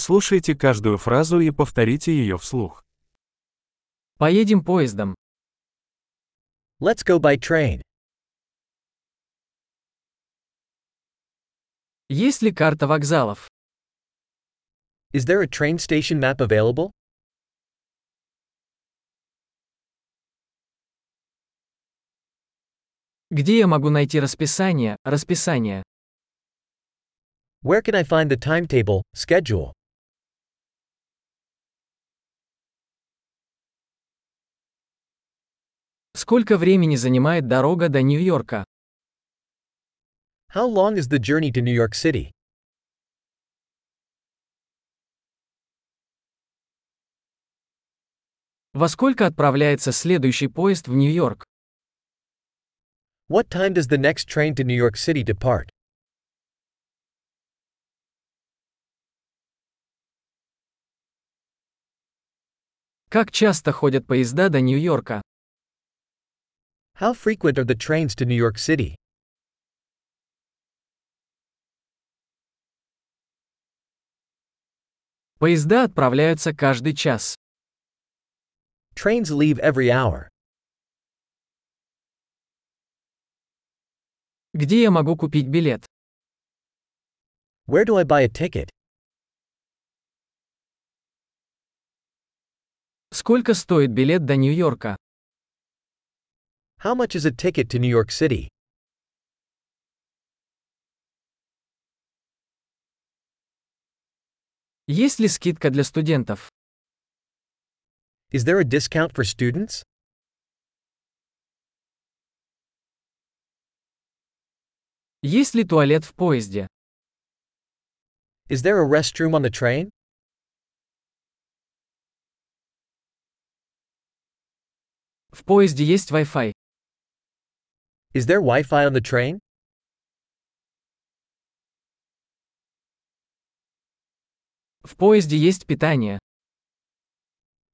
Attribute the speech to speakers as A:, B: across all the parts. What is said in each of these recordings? A: Прослушайте каждую фразу и повторите ее вслух.
B: Поедем поездом.
C: Let's go by train.
B: Есть ли карта вокзалов?
C: Is there a train station map available?
B: Где я могу найти расписание, расписание?
C: Where can I find the timetable, schedule?
B: Сколько времени занимает дорога до Нью-Йорка?
C: How long is the journey to New York City?
B: Во сколько отправляется следующий поезд в Нью-Йорк?
C: What time does the next train to New York City depart?
B: Как часто ходят поезда до Нью-Йорка?
C: How frequent are the trains to New York City?
B: Поезда отправляются каждый час.
C: Trains leave every hour.
B: Где я могу купить билет?
C: Where do I buy a ticket?
B: Сколько стоит билет до Нью-Йорка?
C: How much is a ticket to New York City?
B: Есть ли скидка для студентов?
C: Is there a discount for students?
B: Есть ли туалет в поезде?
C: Is there a restroom on the train?
B: В поезде есть Wi-Fi.
C: Is there Wi Fi on the train?
B: В поезде есть питание.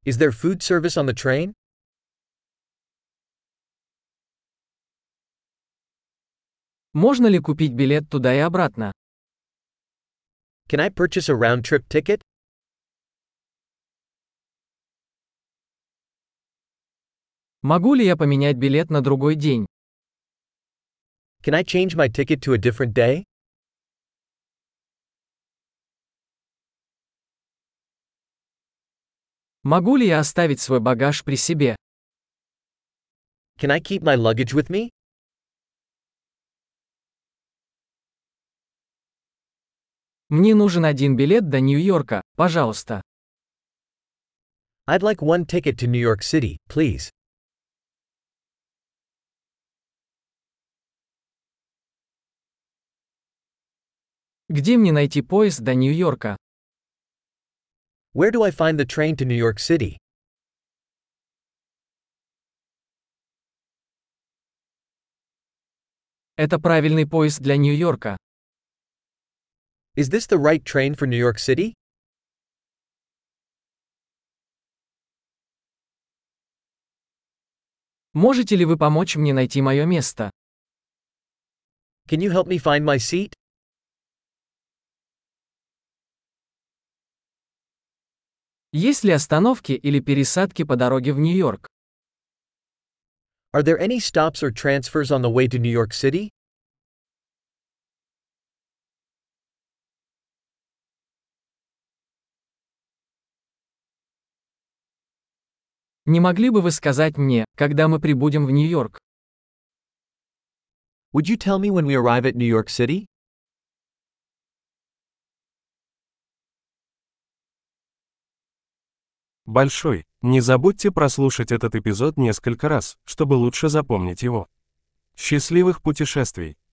C: Is there food service on the train?
B: Можно ли купить билет туда и обратно?
C: Can I purchase a round trip ticket?
B: Могу ли я поменять билет на другой день?
C: Can I change my ticket to a different day?
B: Могу ли я оставить свой багаж при себе?
C: Can I keep my luggage with me?
B: Мне нужен один билет до Нью-Йорка, пожалуйста.
C: I'd like one ticket to New York City, please.
B: Где мне найти поезд до Нью-Йорка?
C: Where do I find the train to New York City?
B: Это правильный поезд для Нью-Йорка.
C: Is this the right train for New York City?
B: Можете ли вы помочь мне найти мое место?
C: Can you help me find my seat?
B: Есть ли остановки или пересадки по дороге в Нью-Йорк?
C: Are there any stops or transfers on the way to New York City?
B: Не могли бы вы сказать мне, когда мы прибудем в Нью-Йорк?
C: Would you tell me when we arrive at New York City?
A: Большой. Не забудьте прослушать этот эпизод несколько раз, чтобы лучше запомнить его. Счастливых путешествий!